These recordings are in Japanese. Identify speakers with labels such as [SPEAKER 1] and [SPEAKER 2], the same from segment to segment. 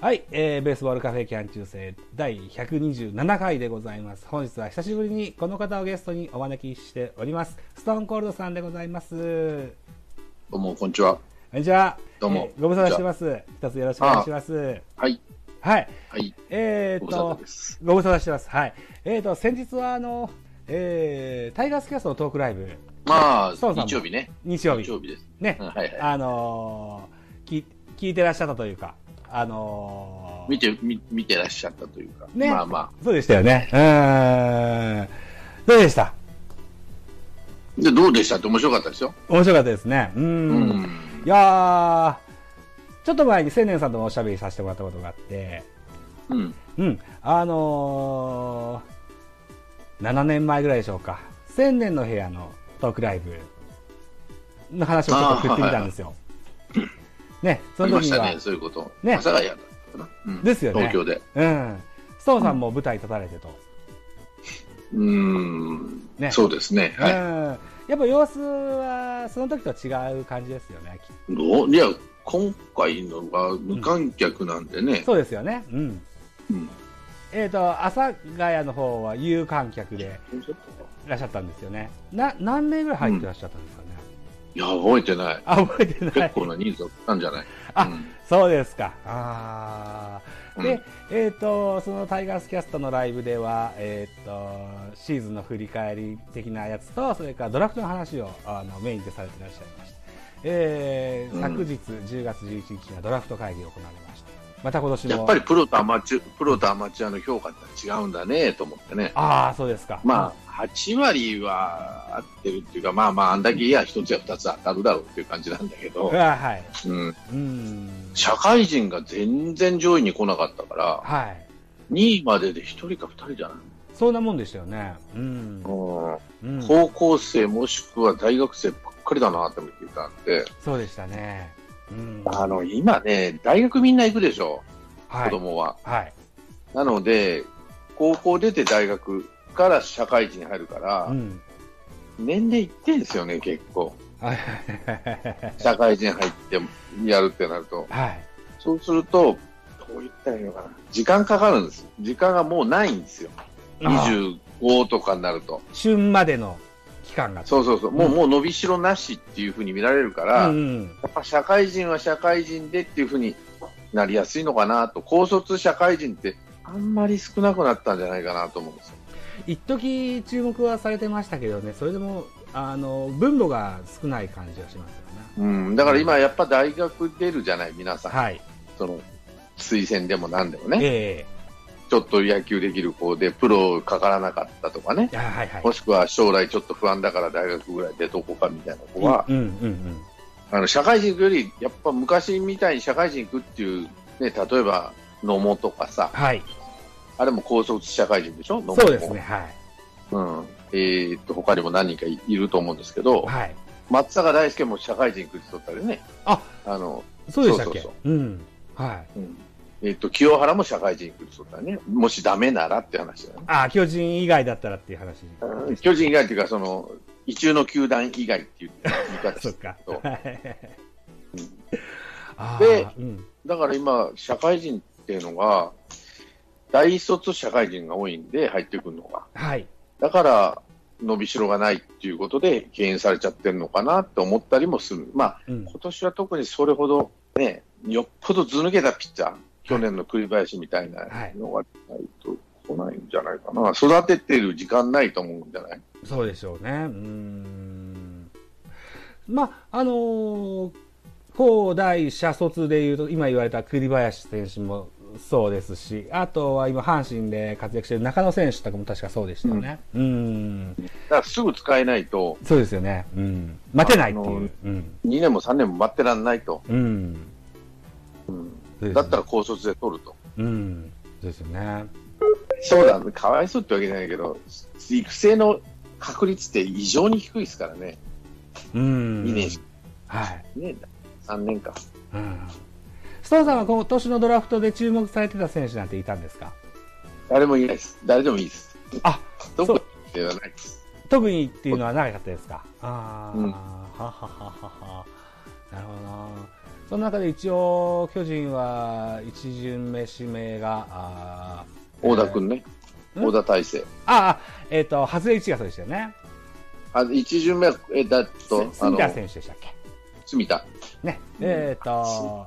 [SPEAKER 1] はい、えーベースボールカフェキャン中世第127回でございます。本日は久しぶりにこの方をゲストにお招きしております。ストーンコールドさんでございます。
[SPEAKER 2] どうも、こんにちは。
[SPEAKER 1] こんにちは。
[SPEAKER 2] どうも
[SPEAKER 1] えーご無沙汰してます。一つよろしくお願いします。
[SPEAKER 2] はい。
[SPEAKER 1] はい。
[SPEAKER 2] はい。
[SPEAKER 1] えー、
[SPEAKER 2] ご
[SPEAKER 1] っ
[SPEAKER 2] 無沙
[SPEAKER 1] と
[SPEAKER 2] 汰で、す。
[SPEAKER 1] ご無沙汰してます。はい。えー、っと、先日はあの、えー、タイガースキャストのトークライブ、
[SPEAKER 2] まあ、
[SPEAKER 1] ストーンさんも
[SPEAKER 2] 日曜日ね。
[SPEAKER 1] 日曜日
[SPEAKER 2] 日、曜日です。
[SPEAKER 1] ね
[SPEAKER 2] うん、、はいは
[SPEAKER 1] あのー、き聞いてらっしゃったというか、あの
[SPEAKER 2] い。
[SPEAKER 1] ー、
[SPEAKER 2] 見て、み見てらっしゃったというか。
[SPEAKER 1] ね
[SPEAKER 2] まあま
[SPEAKER 1] そうでしたよね。うーん。どうでした
[SPEAKER 2] あ。で、どうでしたって面白かったですよ。
[SPEAKER 1] 面白かったですね。うーん。、
[SPEAKER 2] うん
[SPEAKER 1] い。やー、ちょっと前に青年さんともおしゃべりさせてもらったことがあって、
[SPEAKER 2] うん。
[SPEAKER 1] うん。あのー、7年前ぐらいでしょうか。千年の部屋のトークライブの話をちょっと振ってみたんですよ。ね、
[SPEAKER 2] あ
[SPEAKER 1] そ
[SPEAKER 2] り
[SPEAKER 1] の
[SPEAKER 2] ま
[SPEAKER 1] 時
[SPEAKER 2] し
[SPEAKER 1] に
[SPEAKER 2] た
[SPEAKER 1] は、
[SPEAKER 2] ね、そういうこと。
[SPEAKER 1] ね
[SPEAKER 2] 阿佐ヶ谷だったかな。うん
[SPEAKER 1] ですよね
[SPEAKER 2] 東京で。
[SPEAKER 1] うん。ストーンさんも舞台立たれてと。
[SPEAKER 2] うーん。
[SPEAKER 1] ね
[SPEAKER 2] そうですね。
[SPEAKER 1] うん
[SPEAKER 2] は。
[SPEAKER 1] やっぱ様子は、その時とは違う感じですよね、きっと
[SPEAKER 2] い。どういや、今回のは無観客なんでね。
[SPEAKER 1] そうですよね。うん。
[SPEAKER 2] うん。
[SPEAKER 1] えっ、と、阿佐ヶ谷の方は有観客でいらっしゃったんですよね。な、何名ぐらい入ってらっしゃったんですかね。
[SPEAKER 2] いや、覚えてない。
[SPEAKER 1] あ、覚えてな
[SPEAKER 2] 結
[SPEAKER 1] い。
[SPEAKER 2] 構な人数だったんじゃない
[SPEAKER 1] あ
[SPEAKER 2] うん
[SPEAKER 1] そうですか。あー
[SPEAKER 2] う
[SPEAKER 1] で
[SPEAKER 2] ん、
[SPEAKER 1] えっ、と、そのタイガースキャストのライブでは、えっ、と、シーズンの振り返り的なやつと、それからドラフトの話をあのメインでされていらっしゃいました。えー
[SPEAKER 2] うん
[SPEAKER 1] 昨日10月11日にはドラフト会議が行われました。また今年も。
[SPEAKER 2] やっぱりプロとアマチュプロとアマチュアの評価って違うんだねと思ってね。
[SPEAKER 1] ああ、そうですか。
[SPEAKER 2] まあ、8割は合ってるっていうか、まあまあ、あんだけいや、1つや2つ当たるだろうっていう感じなんだけ
[SPEAKER 1] あ、う
[SPEAKER 2] ど、
[SPEAKER 1] わはい。
[SPEAKER 2] うん、
[SPEAKER 1] うん。
[SPEAKER 2] 社会人が全然上位に来なかったから、
[SPEAKER 1] はい。
[SPEAKER 2] 2位までで1人か2人じゃない、
[SPEAKER 1] そんなもんでしたよね。うん。うん、
[SPEAKER 2] 高校生もしくは大学生ばっかりだなって思っていたんで、
[SPEAKER 1] そうでしたね。うん。
[SPEAKER 2] あの、今ね、大学みんな行くでしょ、
[SPEAKER 1] は
[SPEAKER 2] 子
[SPEAKER 1] い。
[SPEAKER 2] 供は。
[SPEAKER 1] はい。
[SPEAKER 2] なので、高校出て大学から社会人に入るから、
[SPEAKER 1] うん。
[SPEAKER 2] 年齢いってんですよね、結構。
[SPEAKER 1] はい。
[SPEAKER 2] 社会人入ってやるってなると。
[SPEAKER 1] はい。
[SPEAKER 2] そうすると、どう言ったらいいのかな。時間かかるんですよ。時間がもうないんですよ。25とかになると。
[SPEAKER 1] 旬までの期間が。
[SPEAKER 2] そうそうそう。も
[SPEAKER 1] う
[SPEAKER 2] う、
[SPEAKER 1] ん
[SPEAKER 2] もう伸びしろなしっていうふうに見られるから、
[SPEAKER 1] うんう
[SPEAKER 2] や
[SPEAKER 1] ん。
[SPEAKER 2] っぱ社会人は社会人でっていうふうになりやすいのかなと。高卒社会人ってあんまり少なくなったんじゃないかなと思うんですよ。
[SPEAKER 1] 一時注目はされてましたけどね、それでも、あの、分母が少ない感じがしますよね。
[SPEAKER 2] うん。だから今やっぱ大学出るじゃない、皆さん。
[SPEAKER 1] はい。
[SPEAKER 2] その、推薦でも何でもね。
[SPEAKER 1] え
[SPEAKER 2] ちょっと野球できる子でプロかからなかったとかね
[SPEAKER 1] え。。あはいはい
[SPEAKER 2] も。しくは将来ちょっと不安だから大学ぐらい出とこうかみたいな子は、
[SPEAKER 1] うんうんうん。
[SPEAKER 2] あの社会人行くより、やっぱ昔みたいに社会人行くっていう、ね、例えば野茂とかさ、
[SPEAKER 1] はい。
[SPEAKER 2] あれも高卒社会人でしょ、野茂も
[SPEAKER 1] そうですね。。はい。
[SPEAKER 2] うんえーっと他にも何人かいると思うんですけど、
[SPEAKER 1] はい。
[SPEAKER 2] 松坂大輔も社会人行くって言ったりね、
[SPEAKER 1] あ
[SPEAKER 2] あの
[SPEAKER 1] そうでしたっけ
[SPEAKER 2] そううそ
[SPEAKER 1] ん。はい。
[SPEAKER 2] うんえーっと清原も社会人行くって言ったりね、もしダメならって話だよね。
[SPEAKER 1] ああ、巨人以外だったらっていう話。
[SPEAKER 2] うん巨人以外っていうか、その、一中の球団以外っていう言い方
[SPEAKER 1] そっか。
[SPEAKER 2] そう
[SPEAKER 1] あー
[SPEAKER 2] で
[SPEAKER 1] うん、
[SPEAKER 2] だから今、社会人っていうのが、大卒社会人が多いんで、入ってくるのが。
[SPEAKER 1] はい。
[SPEAKER 2] だから、伸びしろがないっていうことで、敬遠されちゃってるのかなって思ったりもする。まあ、
[SPEAKER 1] うん
[SPEAKER 2] 今年は特にそれほど、ね、よっぽどず抜けたピッチャー、去年の栗林みたいなのがないと来ないんじゃないかな。育ててる時間ないと思うんじゃない
[SPEAKER 1] そうでしょうね。うーん。まあ、あのー、高大社卒でいうと、今言われた栗林選手もそうですし、あとは今、阪神で活躍している中野選手とかも確かそうでしたよね。うーん。
[SPEAKER 2] だからすぐ使えないと、
[SPEAKER 1] そうですよね。うん。待てないって
[SPEAKER 2] あ
[SPEAKER 1] い
[SPEAKER 2] の
[SPEAKER 1] う。うん。
[SPEAKER 2] 2年も3年も待ってらんないと。
[SPEAKER 1] うん。
[SPEAKER 2] うん
[SPEAKER 1] そうです
[SPEAKER 2] だったら高卒で取ると。
[SPEAKER 1] うん。そうですよね。
[SPEAKER 2] そうだ、かわいそうってわけじゃないけど、育成の確率って異常に低いですからね、
[SPEAKER 1] うん。
[SPEAKER 2] 2年し
[SPEAKER 1] はい。
[SPEAKER 2] ね、3年か。
[SPEAKER 1] うん。ストーンさんは今年のドラフトで注目されてた選手なんていたんですか
[SPEAKER 2] 誰もいないです。誰でもいいです。
[SPEAKER 1] あ、
[SPEAKER 2] どこではないです。
[SPEAKER 1] 特にっていうのは長かったですかああ、
[SPEAKER 2] うん
[SPEAKER 1] はははははなるほどなその中で一応、巨人は一巡目指名が、あー
[SPEAKER 2] 大田君ね、
[SPEAKER 1] うん
[SPEAKER 2] 大田大成。
[SPEAKER 1] ああ、えっ、と、外れ1がそうでしたよね。
[SPEAKER 2] あ一巡目は、えだっと、
[SPEAKER 1] す
[SPEAKER 2] あ
[SPEAKER 1] 隅
[SPEAKER 2] の、
[SPEAKER 1] 田選手でしたっけ
[SPEAKER 2] 住田。
[SPEAKER 1] ね。
[SPEAKER 2] うん
[SPEAKER 1] えっ、と、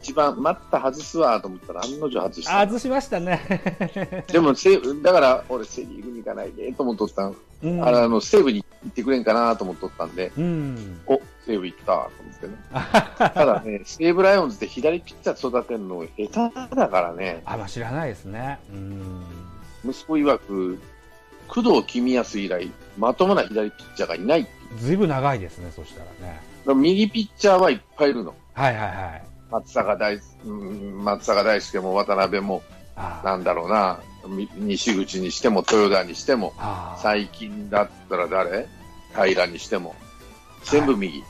[SPEAKER 2] 一番、待った外すわと思ったら、案の定外した。
[SPEAKER 1] あ外しましたね。
[SPEAKER 2] でもセ、だから、俺、セ・リーグに行かないでと思っとったん、
[SPEAKER 1] うん
[SPEAKER 2] あのあの西武に行ってくれんかなと思っとったんで、
[SPEAKER 1] うん。
[SPEAKER 2] お西武行ったと思ってね。 ただね、西武ライオンズって左ピッチャー育てるの下手だからね、
[SPEAKER 1] あ、まあ知らないですね。うん。
[SPEAKER 2] 息子曰く、工藤公康以来、まともな左ピッチャーがいない。だか
[SPEAKER 1] ずいぶん長いですね、そしたらね。
[SPEAKER 2] ら右ピッチャーはいっぱいいるの。
[SPEAKER 1] はいはいはい。
[SPEAKER 2] 松坂大、うん松坂大輔も渡辺も、
[SPEAKER 1] あー
[SPEAKER 2] なんだろうな、み西口にしても、豊田にしても、
[SPEAKER 1] あー。
[SPEAKER 2] 最近だったら誰平にしても。全部右。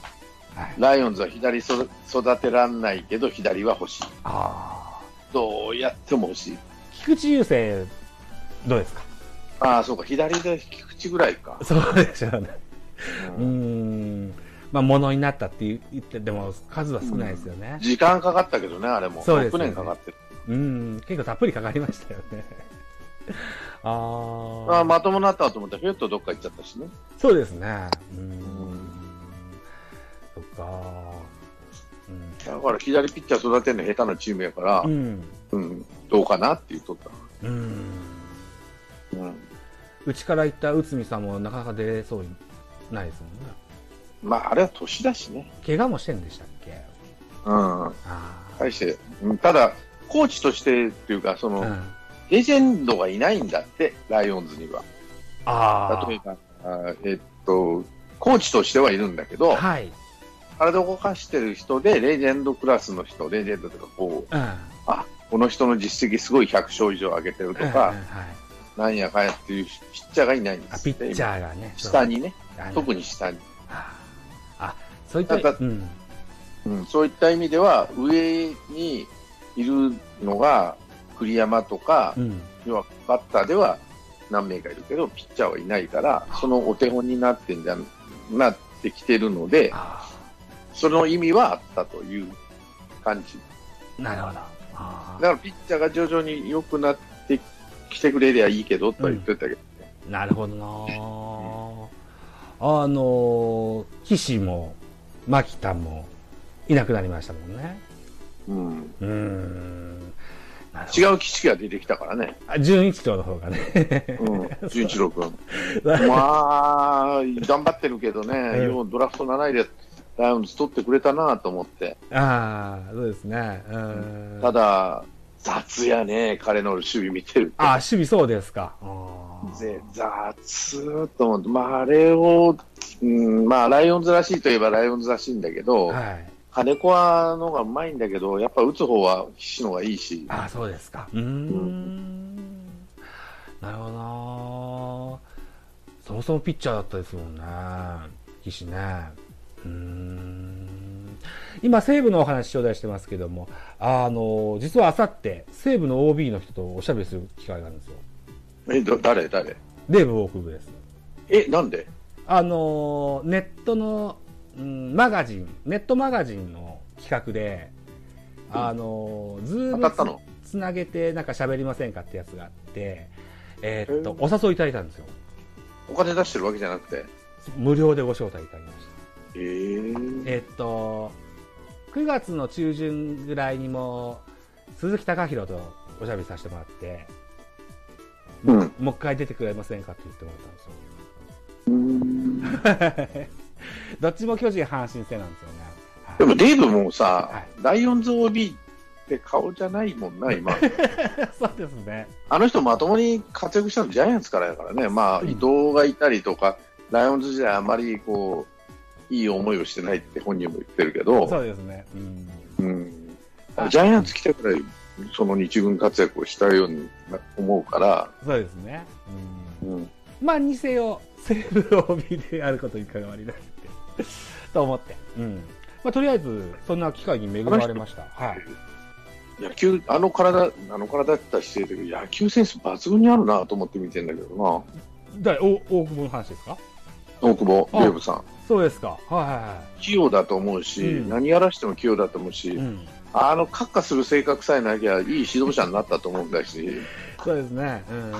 [SPEAKER 1] はい、
[SPEAKER 2] ライオンズは左そ育てらんないけど、左は欲しい。
[SPEAKER 1] あ
[SPEAKER 2] どうやっても欲しい。
[SPEAKER 1] ー菊池雄星、どうですか
[SPEAKER 2] ああ、そうか、左で菊池ぐらいか。
[SPEAKER 1] そうでしょうね。 う
[SPEAKER 2] う
[SPEAKER 1] ー
[SPEAKER 2] ん
[SPEAKER 1] ん。まあ、ものになったって言って、でも数は少ないですよね。
[SPEAKER 2] 時間かかったけどね、あれも。
[SPEAKER 1] そうです
[SPEAKER 2] 6
[SPEAKER 1] よね
[SPEAKER 2] 年かかってる。
[SPEAKER 1] うん。結構たっぷりかかりましたよ ね。あー
[SPEAKER 2] ああまともになったと思ったら、ひょっとどっか行っちゃったしね。
[SPEAKER 1] そうですね。うん。そっか。う
[SPEAKER 2] だから左ピッチャー育てるの下手なチームやから
[SPEAKER 1] ん。う、ん。
[SPEAKER 2] うん、どうかなって言っとった。
[SPEAKER 1] うん。
[SPEAKER 2] うん
[SPEAKER 1] うちから行った内海さんもなかなか出れそうにないですもんね。
[SPEAKER 2] まあ、あれは年だしね。
[SPEAKER 1] 怪我もしてんでしたっけ
[SPEAKER 2] うん。
[SPEAKER 1] ああ。
[SPEAKER 2] 対して、うんただ、コーチとしてっていうか、その、
[SPEAKER 1] うん。
[SPEAKER 2] レジェンドがいないんだって、ライオンズには。
[SPEAKER 1] あ
[SPEAKER 2] 例えば、あーえっと、コーチとしてはいるんだけ
[SPEAKER 1] あ。
[SPEAKER 2] ど、
[SPEAKER 1] はい。
[SPEAKER 2] 体を動かしてる人で、レジェンドクラスの人、レジェンドとか、こう、
[SPEAKER 1] うん。
[SPEAKER 2] この人の実績すごい100勝以上上げてると
[SPEAKER 1] うん
[SPEAKER 2] か、
[SPEAKER 1] はい。
[SPEAKER 2] なんやかんやっていうピッチャーがいないんで
[SPEAKER 1] あ
[SPEAKER 2] す
[SPEAKER 1] ピ
[SPEAKER 2] って
[SPEAKER 1] ッチャーがね。
[SPEAKER 2] 今下にね、
[SPEAKER 1] そう。あの
[SPEAKER 2] 特に下に。
[SPEAKER 1] あ、そういった、
[SPEAKER 2] なんか
[SPEAKER 1] うん。
[SPEAKER 2] うん、そういった意味では、上にいるのが、栗山とか
[SPEAKER 1] う、ん。
[SPEAKER 2] 要はバッターでは何名かいるけど、ピッチャーはいないから、そのお手本になってんじゃん、なってきてるので、
[SPEAKER 1] あ
[SPEAKER 2] その意味はあったという感じ。
[SPEAKER 1] あ、なるほど。
[SPEAKER 2] だ
[SPEAKER 1] あ
[SPEAKER 2] からピッチャーが徐々に良くなってきてくれりゃいいけどとは言ってたけど、
[SPEAKER 1] あ、なるほどなー。あのー、岸も、牧田も、いなくなりましたもんね。
[SPEAKER 2] うん、
[SPEAKER 1] うーん。なるほ
[SPEAKER 2] 違
[SPEAKER 1] ど。
[SPEAKER 2] う知識が出てきたか らね、
[SPEAKER 1] あ、純一郎の方が ね。
[SPEAKER 2] うん、純一郎君。まあ、頑張ってるけどね、
[SPEAKER 1] うん
[SPEAKER 2] ようドラフト7位でライオンズ取ってくれたなと思って、
[SPEAKER 1] ああ、そうですね。うーん。
[SPEAKER 2] ただ、雑やね、彼の守備見てると
[SPEAKER 1] ああ、守備そうですか。あー
[SPEAKER 2] ぜ雑と思って、まあ、あれを、うん、まあ、ライオンズらしいといえばライオンズらしいんだけど、
[SPEAKER 1] はい。
[SPEAKER 2] 金子はのがうまいんだけど、やっぱ打つ方は岸の方がいいし、
[SPEAKER 1] ああ、そうですか。うーん。なるほどなー。そもそもピッチャーだったですもんね。岸ね。うーん。今、西武のお話頂戴してますけども、あの、実はあさって、西武の OB の人とおしゃべりする機会があるんですよ。
[SPEAKER 2] え、ど誰誰
[SPEAKER 1] デーブ・ウォーク部です。
[SPEAKER 2] え、なんで
[SPEAKER 1] あの、ネットの、うん、マガジン、ネットマガジンの企画で、あの、ズー
[SPEAKER 2] 当
[SPEAKER 1] ム
[SPEAKER 2] たったの
[SPEAKER 1] つなげてなんか喋りませんかってやつがあって、えーっと
[SPEAKER 2] へ、
[SPEAKER 1] お誘いいただいたんですよ。
[SPEAKER 2] お金出してるわけじゃなくて。
[SPEAKER 1] 無料でご招待いただきました。
[SPEAKER 2] えー、
[SPEAKER 1] えーっと、9月の中旬ぐらいにも、鈴木貴弘とおしゃべりさせてもらって、
[SPEAKER 2] うん。
[SPEAKER 1] もう一回出てくれませんかって言ってもらったんですよ。どっちも巨人阪神戦なんですよね。
[SPEAKER 2] でもデーブもさ、
[SPEAKER 1] はい
[SPEAKER 2] ライオンズ OB って顔じゃないもんな、今。
[SPEAKER 1] はい そうですね。
[SPEAKER 2] あの人まともに活躍したのジャイアンツからやからね。まあ、
[SPEAKER 1] うん
[SPEAKER 2] 伊藤がいたりとか、ライオンズ時代あまりこう、いい思いをしてないって本人も言ってるけど、
[SPEAKER 1] そうですね。うん。
[SPEAKER 2] うん、ジャイアンツ来てからいその日軍活躍をしたように思うから、
[SPEAKER 1] そうですね。うん
[SPEAKER 2] うん、
[SPEAKER 1] まあ、にせよ、西武 OB であることに関わりなくて、と思って。うん。まあ、とりあえず、そんな機会に恵まれました。はい。
[SPEAKER 2] 野球、あの体、あの体だった姿勢で野球センス抜群にあるなと思って見てんだけどな。
[SPEAKER 1] だいお大久保の話ですか
[SPEAKER 2] 大久保
[SPEAKER 1] あ
[SPEAKER 2] デーブさん、
[SPEAKER 1] そうですか。はいは
[SPEAKER 2] 器用だと思うし、
[SPEAKER 1] うん
[SPEAKER 2] 何やらしても器用だと思うし、
[SPEAKER 1] いはい。うん。
[SPEAKER 2] あの、カッカする性格さえなきゃ、いい指導者になったと思うんだし、
[SPEAKER 1] そうですね。うん。
[SPEAKER 2] う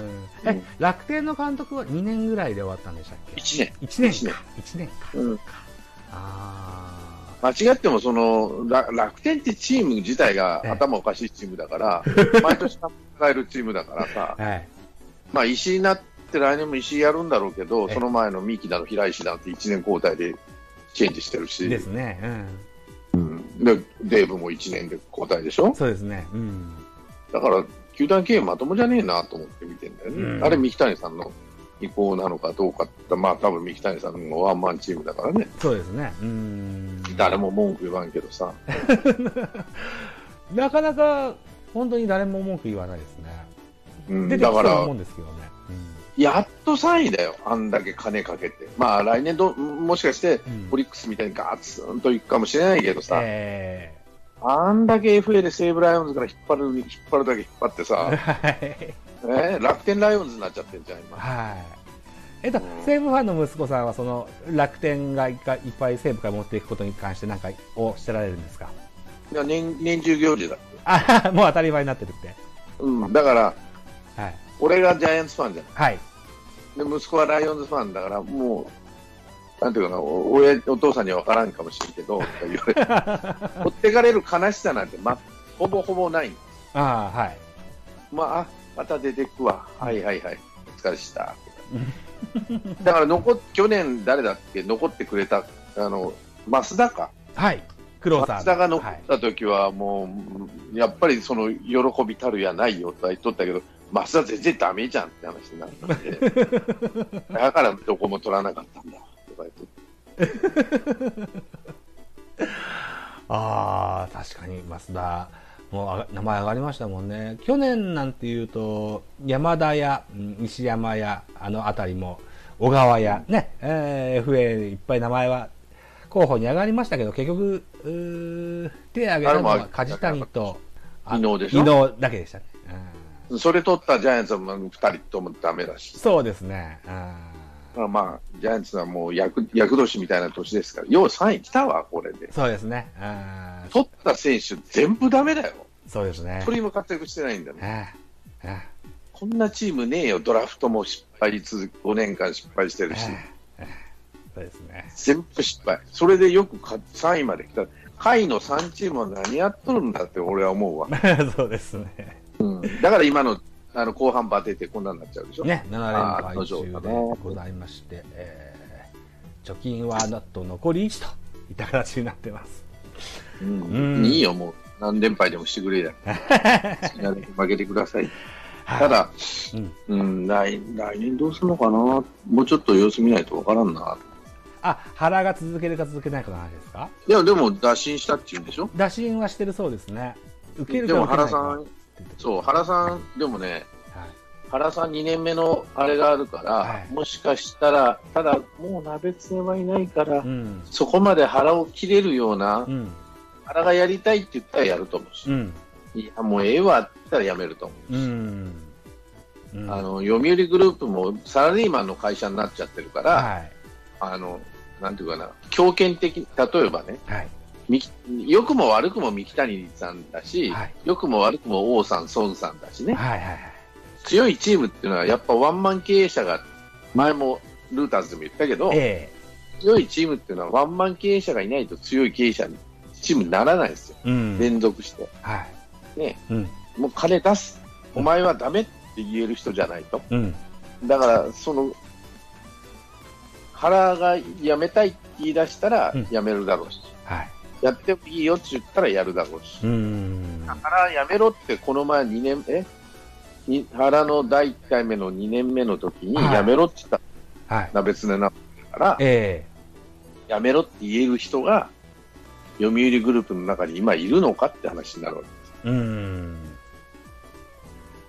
[SPEAKER 1] え
[SPEAKER 2] ん、
[SPEAKER 1] 楽天の監督は2年ぐらいで終わったんでしたっけ
[SPEAKER 2] 1
[SPEAKER 1] ?1 年
[SPEAKER 2] 一年
[SPEAKER 1] か。1年か。
[SPEAKER 2] 年、うん、
[SPEAKER 1] あ
[SPEAKER 2] 間違ってもその、ら楽天ってチーム自体が
[SPEAKER 1] ええ
[SPEAKER 2] 頭おかしいチームだから、 毎年戦えるチームだからさ、
[SPEAKER 1] あ。はい。
[SPEAKER 2] まあ、石井になって来年も石井やるんだろうけど、
[SPEAKER 1] ええ
[SPEAKER 2] その前の三木だの平石なんて1年交代でチェンジしてるし、
[SPEAKER 1] ですね。うん。
[SPEAKER 2] うんでデーブも1年で交代でしょ、
[SPEAKER 1] そうですね。うん。
[SPEAKER 2] だから球団経営まともじゃねえなと思って見てんだよね、
[SPEAKER 1] うん
[SPEAKER 2] あれ、三木谷さんの意向なのかどうかって、まあ多分三木谷さんのワンマンチームだからね、
[SPEAKER 1] そうですね。うん。
[SPEAKER 2] 誰も文句言わんけどさ、
[SPEAKER 1] なかなか、本当に誰も文句言わないですね。
[SPEAKER 2] うん、
[SPEAKER 1] 出てき
[SPEAKER 2] だ
[SPEAKER 1] そ
[SPEAKER 2] か
[SPEAKER 1] うなも
[SPEAKER 2] ら、
[SPEAKER 1] んですけどね。
[SPEAKER 2] やっと3位だよ、あんだけ金かけて、まあ来年ど、もしかして
[SPEAKER 1] うん。うん
[SPEAKER 2] オリックスみたいにガツンといくかもしれないけどさ。
[SPEAKER 1] え
[SPEAKER 2] あんだけ FA で西武ライオンズから引っ張る、引っ張るだけ引っ張って
[SPEAKER 1] え
[SPEAKER 2] さ、
[SPEAKER 1] はい。
[SPEAKER 2] ね、楽天ライオンズになっちゃってんじゃん、今。
[SPEAKER 1] はい。えっと
[SPEAKER 2] う、ん
[SPEAKER 1] 西武ファンの息子さんは、その、楽天がいっぱいいっぱい西武から持っていくことに関して何かをしてられるんですか
[SPEAKER 2] いや年年中行事だ。
[SPEAKER 1] あ もう当たり前になってるって。
[SPEAKER 2] うん、だから、
[SPEAKER 1] はい。
[SPEAKER 2] 俺がジャイアンツファンじゃ
[SPEAKER 1] はい。
[SPEAKER 2] ん。で、息子はライオンズファンだから、もう、なんていうかな、お親お父さんには分からんかもしれんけど、とか言われて持ってかれる悲しさなんて、ま、ほぼほぼない。
[SPEAKER 1] ああ、はい。
[SPEAKER 2] まああ、また出てくわ。はいはいはい。お疲れした。だから残っ、去年誰だっけ、残ってくれた、あの、増田か。
[SPEAKER 1] はい。クローザーの。
[SPEAKER 2] 松田が残
[SPEAKER 1] は
[SPEAKER 2] っ
[SPEAKER 1] い。
[SPEAKER 2] た時は、もう、やっぱりその喜びたるやないよとは言っとったけど、増田全然ダメじゃんって話になったんで、 だからどこも取らなかったんだとか言って、
[SPEAKER 1] ああ、確かに、増田。もうあが名前上がりましたもんね。去年なんていうと、山田や、うん西山や、あの辺りも、小川や、ね、えー FA いっぱい名前は候補に上がりましたけど、結局、うー手挙げたの
[SPEAKER 2] あれ
[SPEAKER 1] は
[SPEAKER 2] も
[SPEAKER 1] 梶谷と、
[SPEAKER 2] 伊能でし
[SPEAKER 1] 伊
[SPEAKER 2] ょ、
[SPEAKER 1] 能だけでしたね。うん
[SPEAKER 2] それ取ったジャイアンツは2人ともダメだし、
[SPEAKER 1] そうですね。うん
[SPEAKER 2] だからまあ、ジャイアンツはもう役役年みたいな年ですから、よう3位来たわ、これで。
[SPEAKER 1] そうですね。うん
[SPEAKER 2] 取った選手全部ダメだよ、
[SPEAKER 1] そうですね。
[SPEAKER 2] 鳥も活躍してないんだね。
[SPEAKER 1] ああああ
[SPEAKER 2] こんなチームねえよ、ドラフトも失敗続き、5年間失敗してるし。
[SPEAKER 1] そうですね。
[SPEAKER 2] 全部失敗、それでよくか3位まで来た、下位の3チームは何やっとるんだって俺は思うわ、
[SPEAKER 1] そうですね。
[SPEAKER 2] だから今のあの後半バテてこんなになっちゃうでしょ、
[SPEAKER 1] ね、7
[SPEAKER 2] あ
[SPEAKER 1] 連
[SPEAKER 2] ー
[SPEAKER 1] 敗中でございまして、えー貯金はなんと残り1といった形になってます。
[SPEAKER 2] うん
[SPEAKER 1] うん
[SPEAKER 2] いいよ、もう何連敗でもしてくれ や、好きなだけ負けてください、
[SPEAKER 1] はい
[SPEAKER 2] た、だ、
[SPEAKER 1] うん
[SPEAKER 2] うん、来来年どうするのかな、もうちょっと様子見ないとわからんな、
[SPEAKER 1] あ、原が続けるか続けないかの話ですか
[SPEAKER 2] いや、でも打診したって言うんでしょ、
[SPEAKER 1] 打診はしてるそうですね。受ける
[SPEAKER 2] で
[SPEAKER 1] か
[SPEAKER 2] も
[SPEAKER 1] 受けな
[SPEAKER 2] 原
[SPEAKER 1] いか
[SPEAKER 2] さ
[SPEAKER 1] っ
[SPEAKER 2] ん、
[SPEAKER 1] ていうとこ
[SPEAKER 2] そう、原さん、でもね、
[SPEAKER 1] はい
[SPEAKER 2] 原さん2年目のあれがあるから、
[SPEAKER 1] はい
[SPEAKER 2] もしかしたら、ただ、もう鍋つねはいないから、
[SPEAKER 1] うん。
[SPEAKER 2] そこまで腹を切れるような
[SPEAKER 1] う、ん。
[SPEAKER 2] 腹がやりたいって言ったらやると思うし
[SPEAKER 1] う、ん。
[SPEAKER 2] いや、もうええわって言ったらやめると思
[SPEAKER 1] う
[SPEAKER 2] うし、
[SPEAKER 1] ん。うん
[SPEAKER 2] あ、の読売グループもサラリーマンの会社になっちゃってるから、
[SPEAKER 1] は
[SPEAKER 2] あのなんていうかな、強権的、例えばね、
[SPEAKER 1] い。はい。
[SPEAKER 2] みき良くも悪くも三木谷さんだし、
[SPEAKER 1] はい
[SPEAKER 2] 良くも悪くも王さん、孫さんだしね、
[SPEAKER 1] はい。はい。
[SPEAKER 2] 強いチームっていうのは、やっぱワンマン経営者が、前もルーターズでも言ったけど、
[SPEAKER 1] え
[SPEAKER 2] 強いチームっていうのは、ワンマン経営者がいないと強い経営者に、チームにならないですよ、
[SPEAKER 1] えうん。
[SPEAKER 2] 連続して。
[SPEAKER 1] はい。
[SPEAKER 2] ね。
[SPEAKER 1] うん。
[SPEAKER 2] もう金出す、お前はダメって言える人じゃないと、
[SPEAKER 1] うん。
[SPEAKER 2] だから、その原が辞めたいって言い出したら
[SPEAKER 1] うん
[SPEAKER 2] 辞めるだろうし、
[SPEAKER 1] はい。
[SPEAKER 2] やってもいいよって言ったらやるだろうし、
[SPEAKER 1] うん。
[SPEAKER 2] 原辞めろって、この前2年、えに原の第1回目の2年目の時に
[SPEAKER 1] はい
[SPEAKER 2] 辞めろって言った
[SPEAKER 1] はい。
[SPEAKER 2] ら、別になったから、
[SPEAKER 1] え
[SPEAKER 2] 辞めろって言える人が、読売グループの中に今いるのかって話になるわけ
[SPEAKER 1] えうん。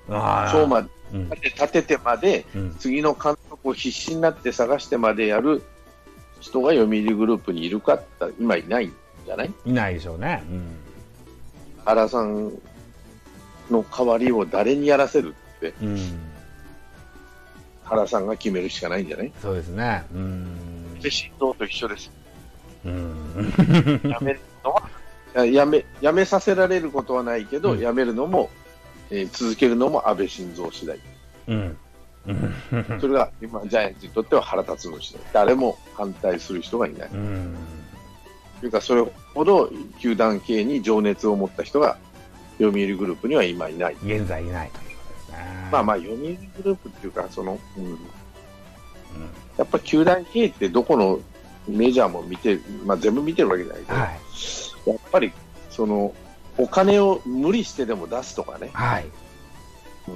[SPEAKER 1] ああ。
[SPEAKER 2] そうまで
[SPEAKER 1] うん。
[SPEAKER 2] 立ててまで、
[SPEAKER 1] うん。
[SPEAKER 2] 次の監督を必死になって探してまでやる人が読売グループにいるかって言ったら今いないんじゃない
[SPEAKER 1] いないでしょうね。うん。
[SPEAKER 2] 原さんの代わりを誰にやらせるって、
[SPEAKER 1] うん。
[SPEAKER 2] 原さんが決めるしかないんじゃない
[SPEAKER 1] そうですね。うん。
[SPEAKER 2] 手振動と一緒 です。
[SPEAKER 1] うん。
[SPEAKER 2] やめるのは、ややめ、やめさせられることはないけど、
[SPEAKER 1] うん
[SPEAKER 2] やめるのも、えー続けるのも安倍晋三次第。
[SPEAKER 1] うん。
[SPEAKER 2] それが今、ジャイアンツにとっては腹立つの次第。誰も反対する人がいない。
[SPEAKER 1] うん。
[SPEAKER 2] というか、それほど球団系に情熱を持った人が、読売グループには今いない。
[SPEAKER 1] 現在いないということですね。
[SPEAKER 2] まあまあ、読売グループっていうか、その、うん、
[SPEAKER 1] うん
[SPEAKER 2] やっぱ球団経営ってどこのメジャーも見て、まあ全部見てるわけじゃないけど、
[SPEAKER 1] はい。
[SPEAKER 2] やっぱり、その、お金を無理してでも出すとかね、
[SPEAKER 1] はい。
[SPEAKER 2] うん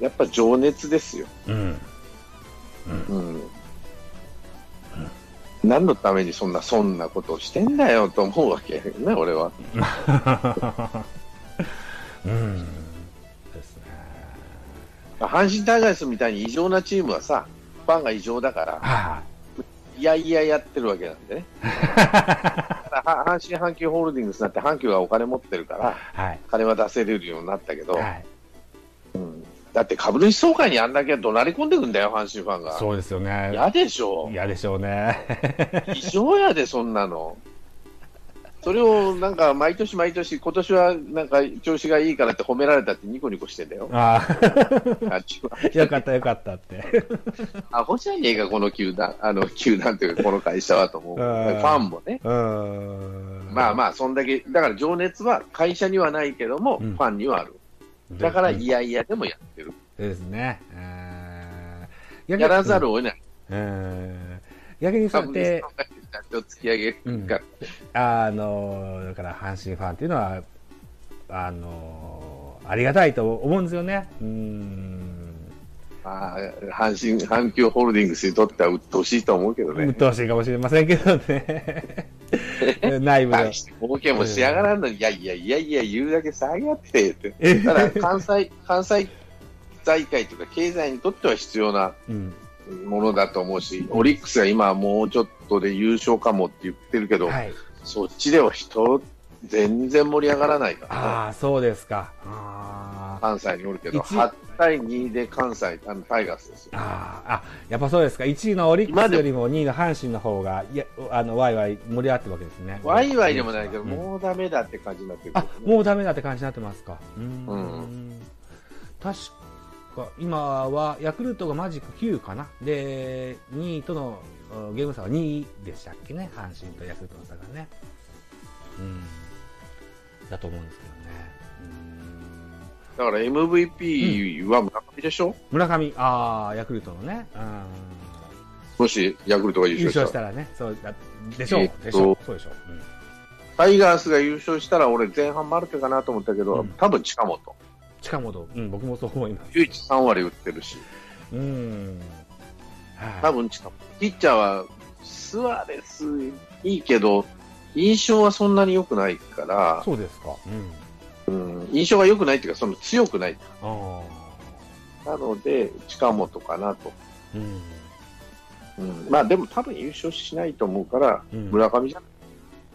[SPEAKER 2] やっぱ情熱ですよ。
[SPEAKER 1] うん。
[SPEAKER 2] うん。何のためにそんな、そんなことをしてんだよと思うわけやけどね、俺は。
[SPEAKER 1] うん。ですね。
[SPEAKER 2] 阪神タイガースみたいに異常なチームはさ、ファンが異常だから、
[SPEAKER 1] はい
[SPEAKER 2] やいややってるわけなんでね。だからは阪神阪急ホールディングスなんて阪急がお金持ってるから、
[SPEAKER 1] い。はい。
[SPEAKER 2] 金は出せれるようになったけど、
[SPEAKER 1] はい。
[SPEAKER 2] うんだって株主総会にあんだけ怒鳴り込んでくんだよ、阪神ファンが。
[SPEAKER 1] そうですよね。
[SPEAKER 2] 嫌でしょ。
[SPEAKER 1] 嫌でしょうね。。
[SPEAKER 2] 異常やで、そんなの。それをなんか毎年毎年、今年はなんか調子がいいからって褒められたってニコニコしてんだよ
[SPEAKER 1] あ
[SPEAKER 2] あっちは
[SPEAKER 1] あ、よかったよかったって。
[SPEAKER 2] アホじゃねえか、この球団、あの球団というか、この会社はと思う。
[SPEAKER 1] う
[SPEAKER 2] フ
[SPEAKER 1] ん
[SPEAKER 2] ァンもね。
[SPEAKER 1] うん。
[SPEAKER 2] まあまあ、そんだけ、だから情熱は会社にはないけども、
[SPEAKER 1] うん
[SPEAKER 2] ファンにはあ
[SPEAKER 1] あ、
[SPEAKER 2] る。だから、いやいやでもやってる。
[SPEAKER 1] ですね。うん
[SPEAKER 2] やらざるを得ない。
[SPEAKER 1] うん。逆にそうやっ
[SPEAKER 2] 株主
[SPEAKER 1] て
[SPEAKER 2] 総、会にちゃんと突き上げるから。
[SPEAKER 1] あの、だから阪神ファンっていうのは、あの、ありがたいと思うんですよね。うん。
[SPEAKER 2] まあ、阪神、阪急ホールディングスにとっては鬱陶しいと思うけどね
[SPEAKER 1] 鬱。陶しいかもしれませんけどね。 内部の
[SPEAKER 2] 大。して儲けもしやがらんのに、いやいやいやいや、言うだけ下げってって。
[SPEAKER 1] え
[SPEAKER 2] ただ、関西、関西財界というか経済にとっては必要な
[SPEAKER 1] うん。
[SPEAKER 2] ものだと思うし、オリックスが今もうちょっとで優勝かもって言ってるけど、
[SPEAKER 1] はい。
[SPEAKER 2] そっちでは人、全然盛り上がらないからね。
[SPEAKER 1] ああ、そうですか。あー
[SPEAKER 2] 関西におるけど、
[SPEAKER 1] 一
[SPEAKER 2] 8対2で関西、あのタイガースですよ。
[SPEAKER 1] あー、あ、やっぱそうですか。1位のオリックスよりも2位の阪神の方が、いや、あの、ワイワイ盛り上がってるわけですね。
[SPEAKER 2] ワイワイでもないけど、
[SPEAKER 1] うん
[SPEAKER 2] もうダメだって感じになってるけど
[SPEAKER 1] あ
[SPEAKER 2] ね、
[SPEAKER 1] もうダメだって感じになってますか。うーん。、
[SPEAKER 2] うん
[SPEAKER 1] 確か、今はヤクルトがマジック9かな。で、2位とのうんゲーム差は2位でしたっけね。阪神とヤクルトの差がね。うん。だと思うんですけどね。うん
[SPEAKER 2] だから MVP は村上でしょ、
[SPEAKER 1] 村上、ああ、ヤクルトのね。うん。
[SPEAKER 2] もしヤクルトが優
[SPEAKER 1] 優
[SPEAKER 2] 勝した
[SPEAKER 1] 勝
[SPEAKER 2] ら
[SPEAKER 1] したらね。そうだでしょう、
[SPEAKER 2] えっと
[SPEAKER 1] でしょう。そうでしょう。うん
[SPEAKER 2] タイガースが優勝したら、俺、前半マルテかなと思ったけど、
[SPEAKER 1] うん
[SPEAKER 2] 多分近本、
[SPEAKER 1] 近本、うん、僕もそう思います。
[SPEAKER 2] 唯一3割打ってるし、
[SPEAKER 1] うん。
[SPEAKER 2] 多
[SPEAKER 1] は
[SPEAKER 2] 分近本、ピッチャーはスアレスいいけど、印象はそんなに良くないか
[SPEAKER 1] い。
[SPEAKER 2] ら、
[SPEAKER 1] そうですか。うん。
[SPEAKER 2] うん印象が良くないっていうか、その強くない、
[SPEAKER 1] あ
[SPEAKER 2] なので、近本かなと、
[SPEAKER 1] あ。うん。
[SPEAKER 2] うんまあでも多分優勝しないと思うから、
[SPEAKER 1] うん
[SPEAKER 2] 村上じゃん、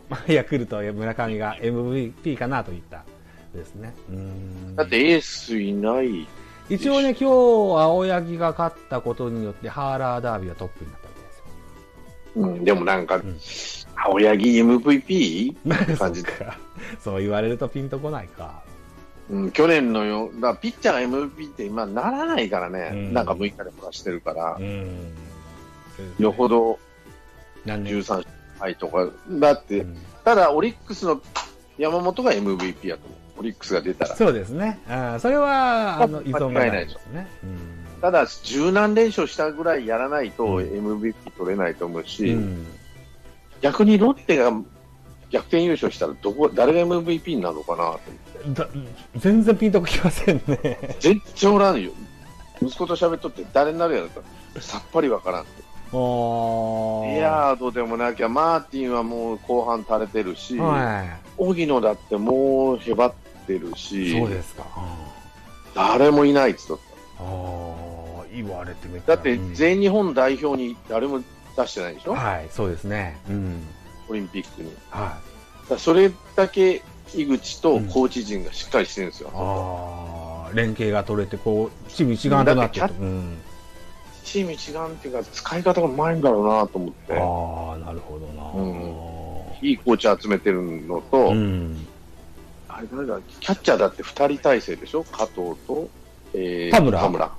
[SPEAKER 1] まあ、 ヤクルト、村上が MVP かなといったですね。うん
[SPEAKER 2] だって、エースいない、
[SPEAKER 1] 一応ね、今日青柳が勝ったことによって、ハーラーダービーはトップになったわ
[SPEAKER 2] うん、でもなんか、
[SPEAKER 1] ん
[SPEAKER 2] 青柳 MVP?
[SPEAKER 1] けですよ。
[SPEAKER 2] 感 じ
[SPEAKER 1] そっか。そう言われるとピンとこないか。
[SPEAKER 2] うん、去年のよ、だからピッチャーが MVP って今ならないからね、
[SPEAKER 1] うん
[SPEAKER 2] なんか6日でもしてるから、
[SPEAKER 1] うん。
[SPEAKER 2] よほ
[SPEAKER 1] ど、
[SPEAKER 2] ど
[SPEAKER 1] 何年
[SPEAKER 2] 13敗とか、だって、
[SPEAKER 1] うん
[SPEAKER 2] ただオリックスの山本が MVP やと思う、オリックスが出たら。
[SPEAKER 1] そうですね。あーそれは、あの、依存が
[SPEAKER 2] 間違いない
[SPEAKER 1] で
[SPEAKER 2] です
[SPEAKER 1] ね。うん
[SPEAKER 2] ただ、十何連勝したぐらいやらないと
[SPEAKER 1] うん
[SPEAKER 2] MVP 取れないと思うし、
[SPEAKER 1] うん。
[SPEAKER 2] 逆にロッテが逆転優勝したらどこ、誰が MVP になるのかなと思って
[SPEAKER 1] だ全然ピンとこきませんね。
[SPEAKER 2] 全然おらんよ。息子と喋っとって誰になるやろと、さっぱりわからん。
[SPEAKER 1] おー
[SPEAKER 2] リアードでもなきゃ、マーティンはもう後半垂れてるし、
[SPEAKER 1] は
[SPEAKER 2] 荻野だってもうへばってる
[SPEAKER 1] い。
[SPEAKER 2] し
[SPEAKER 1] そう、ですか。うん
[SPEAKER 2] 誰もいないっつっとっ
[SPEAKER 1] ああ、言われてみた
[SPEAKER 2] た。
[SPEAKER 1] ら
[SPEAKER 2] だって
[SPEAKER 1] うん
[SPEAKER 2] 全日本代表に誰も出してないでしょ、
[SPEAKER 1] はい、そうですね。うん。
[SPEAKER 2] オリンピックに。だ
[SPEAKER 1] はい。
[SPEAKER 2] からそれだけ井口とコーチ陣がしっかりしてるんですよ。
[SPEAKER 1] ああ、連携が取れて、こう、チーム一丸となって
[SPEAKER 2] だ
[SPEAKER 1] る
[SPEAKER 2] って
[SPEAKER 1] と。うん。
[SPEAKER 2] チーム一丸っていうか、使い方がうまいんだろうなと思って、
[SPEAKER 1] ああ、なるほどな。
[SPEAKER 2] いいコーチ集めてるのと、
[SPEAKER 1] うん。
[SPEAKER 2] あれ誰だ、キャッチャーだって2人体制でしょ、加藤と、えー
[SPEAKER 1] 田村
[SPEAKER 2] 田村。
[SPEAKER 1] あ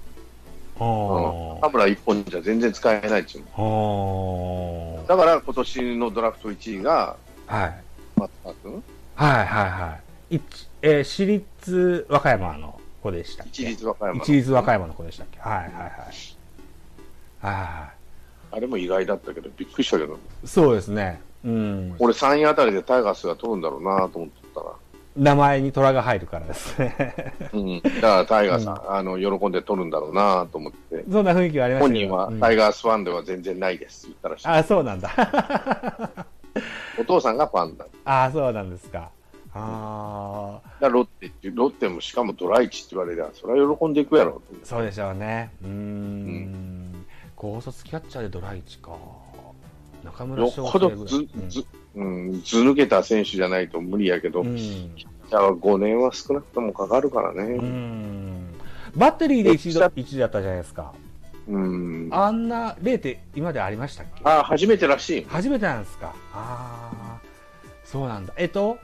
[SPEAKER 2] うん
[SPEAKER 1] あ
[SPEAKER 2] 田。村1本じゃ全然使えないチーム。
[SPEAKER 1] ああ。
[SPEAKER 2] だから今年のドラフト1位が、
[SPEAKER 1] はい。
[SPEAKER 2] 松田君、
[SPEAKER 1] はいはいはい。一えー、私立和歌山の子でしたっけ
[SPEAKER 2] 一律和歌山の。
[SPEAKER 1] 一律和歌山の子でしたっけはいはいはい。は
[SPEAKER 2] あれも意外だったけど、びっくりしたけど、
[SPEAKER 1] い。そうですね。うん。
[SPEAKER 2] 俺3位あたりでタイガースが取るんだろうなと思ってたら、
[SPEAKER 1] 名前に虎が入るからですね。
[SPEAKER 2] うん、だからタイガーさん、あの喜んで取るんだろうなと思って、
[SPEAKER 1] そんな雰囲気はありまし
[SPEAKER 2] 本
[SPEAKER 1] たけ
[SPEAKER 2] 人
[SPEAKER 1] ど
[SPEAKER 2] は
[SPEAKER 1] うん
[SPEAKER 2] タイガースファンでは全然ないですって言ったらしい、
[SPEAKER 1] あ、そうなんだ。
[SPEAKER 2] お父さんがファンだ、だか
[SPEAKER 1] あ、そうなんですか。ああ、
[SPEAKER 2] らロッテっていう、ロッテもしかもドライチって言われりゃ、それは喜んでいくやろう
[SPEAKER 1] そうでしょうね。うー。
[SPEAKER 2] うん
[SPEAKER 1] 高卒キャッチャーでドライチか。中
[SPEAKER 2] と、
[SPEAKER 1] 村
[SPEAKER 2] よ
[SPEAKER 1] 翔
[SPEAKER 2] っ
[SPEAKER 1] 成
[SPEAKER 2] ぽ
[SPEAKER 1] ぐ
[SPEAKER 2] ど
[SPEAKER 1] らい
[SPEAKER 2] ず
[SPEAKER 1] うん
[SPEAKER 2] ず、うん、ず抜けた選手じゃないと無理やけど、
[SPEAKER 1] う
[SPEAKER 2] じ
[SPEAKER 1] ん。
[SPEAKER 2] ゃあ5年は少なくともかかるから
[SPEAKER 1] う
[SPEAKER 2] ね、
[SPEAKER 1] んバッテリーで一度一時だったじゃないですか。
[SPEAKER 2] うん、あ
[SPEAKER 1] あんな0点今までありましたっけ
[SPEAKER 2] あ初めてらしい、
[SPEAKER 1] 初めてなんですか。ああ、そうなんだ。えっと、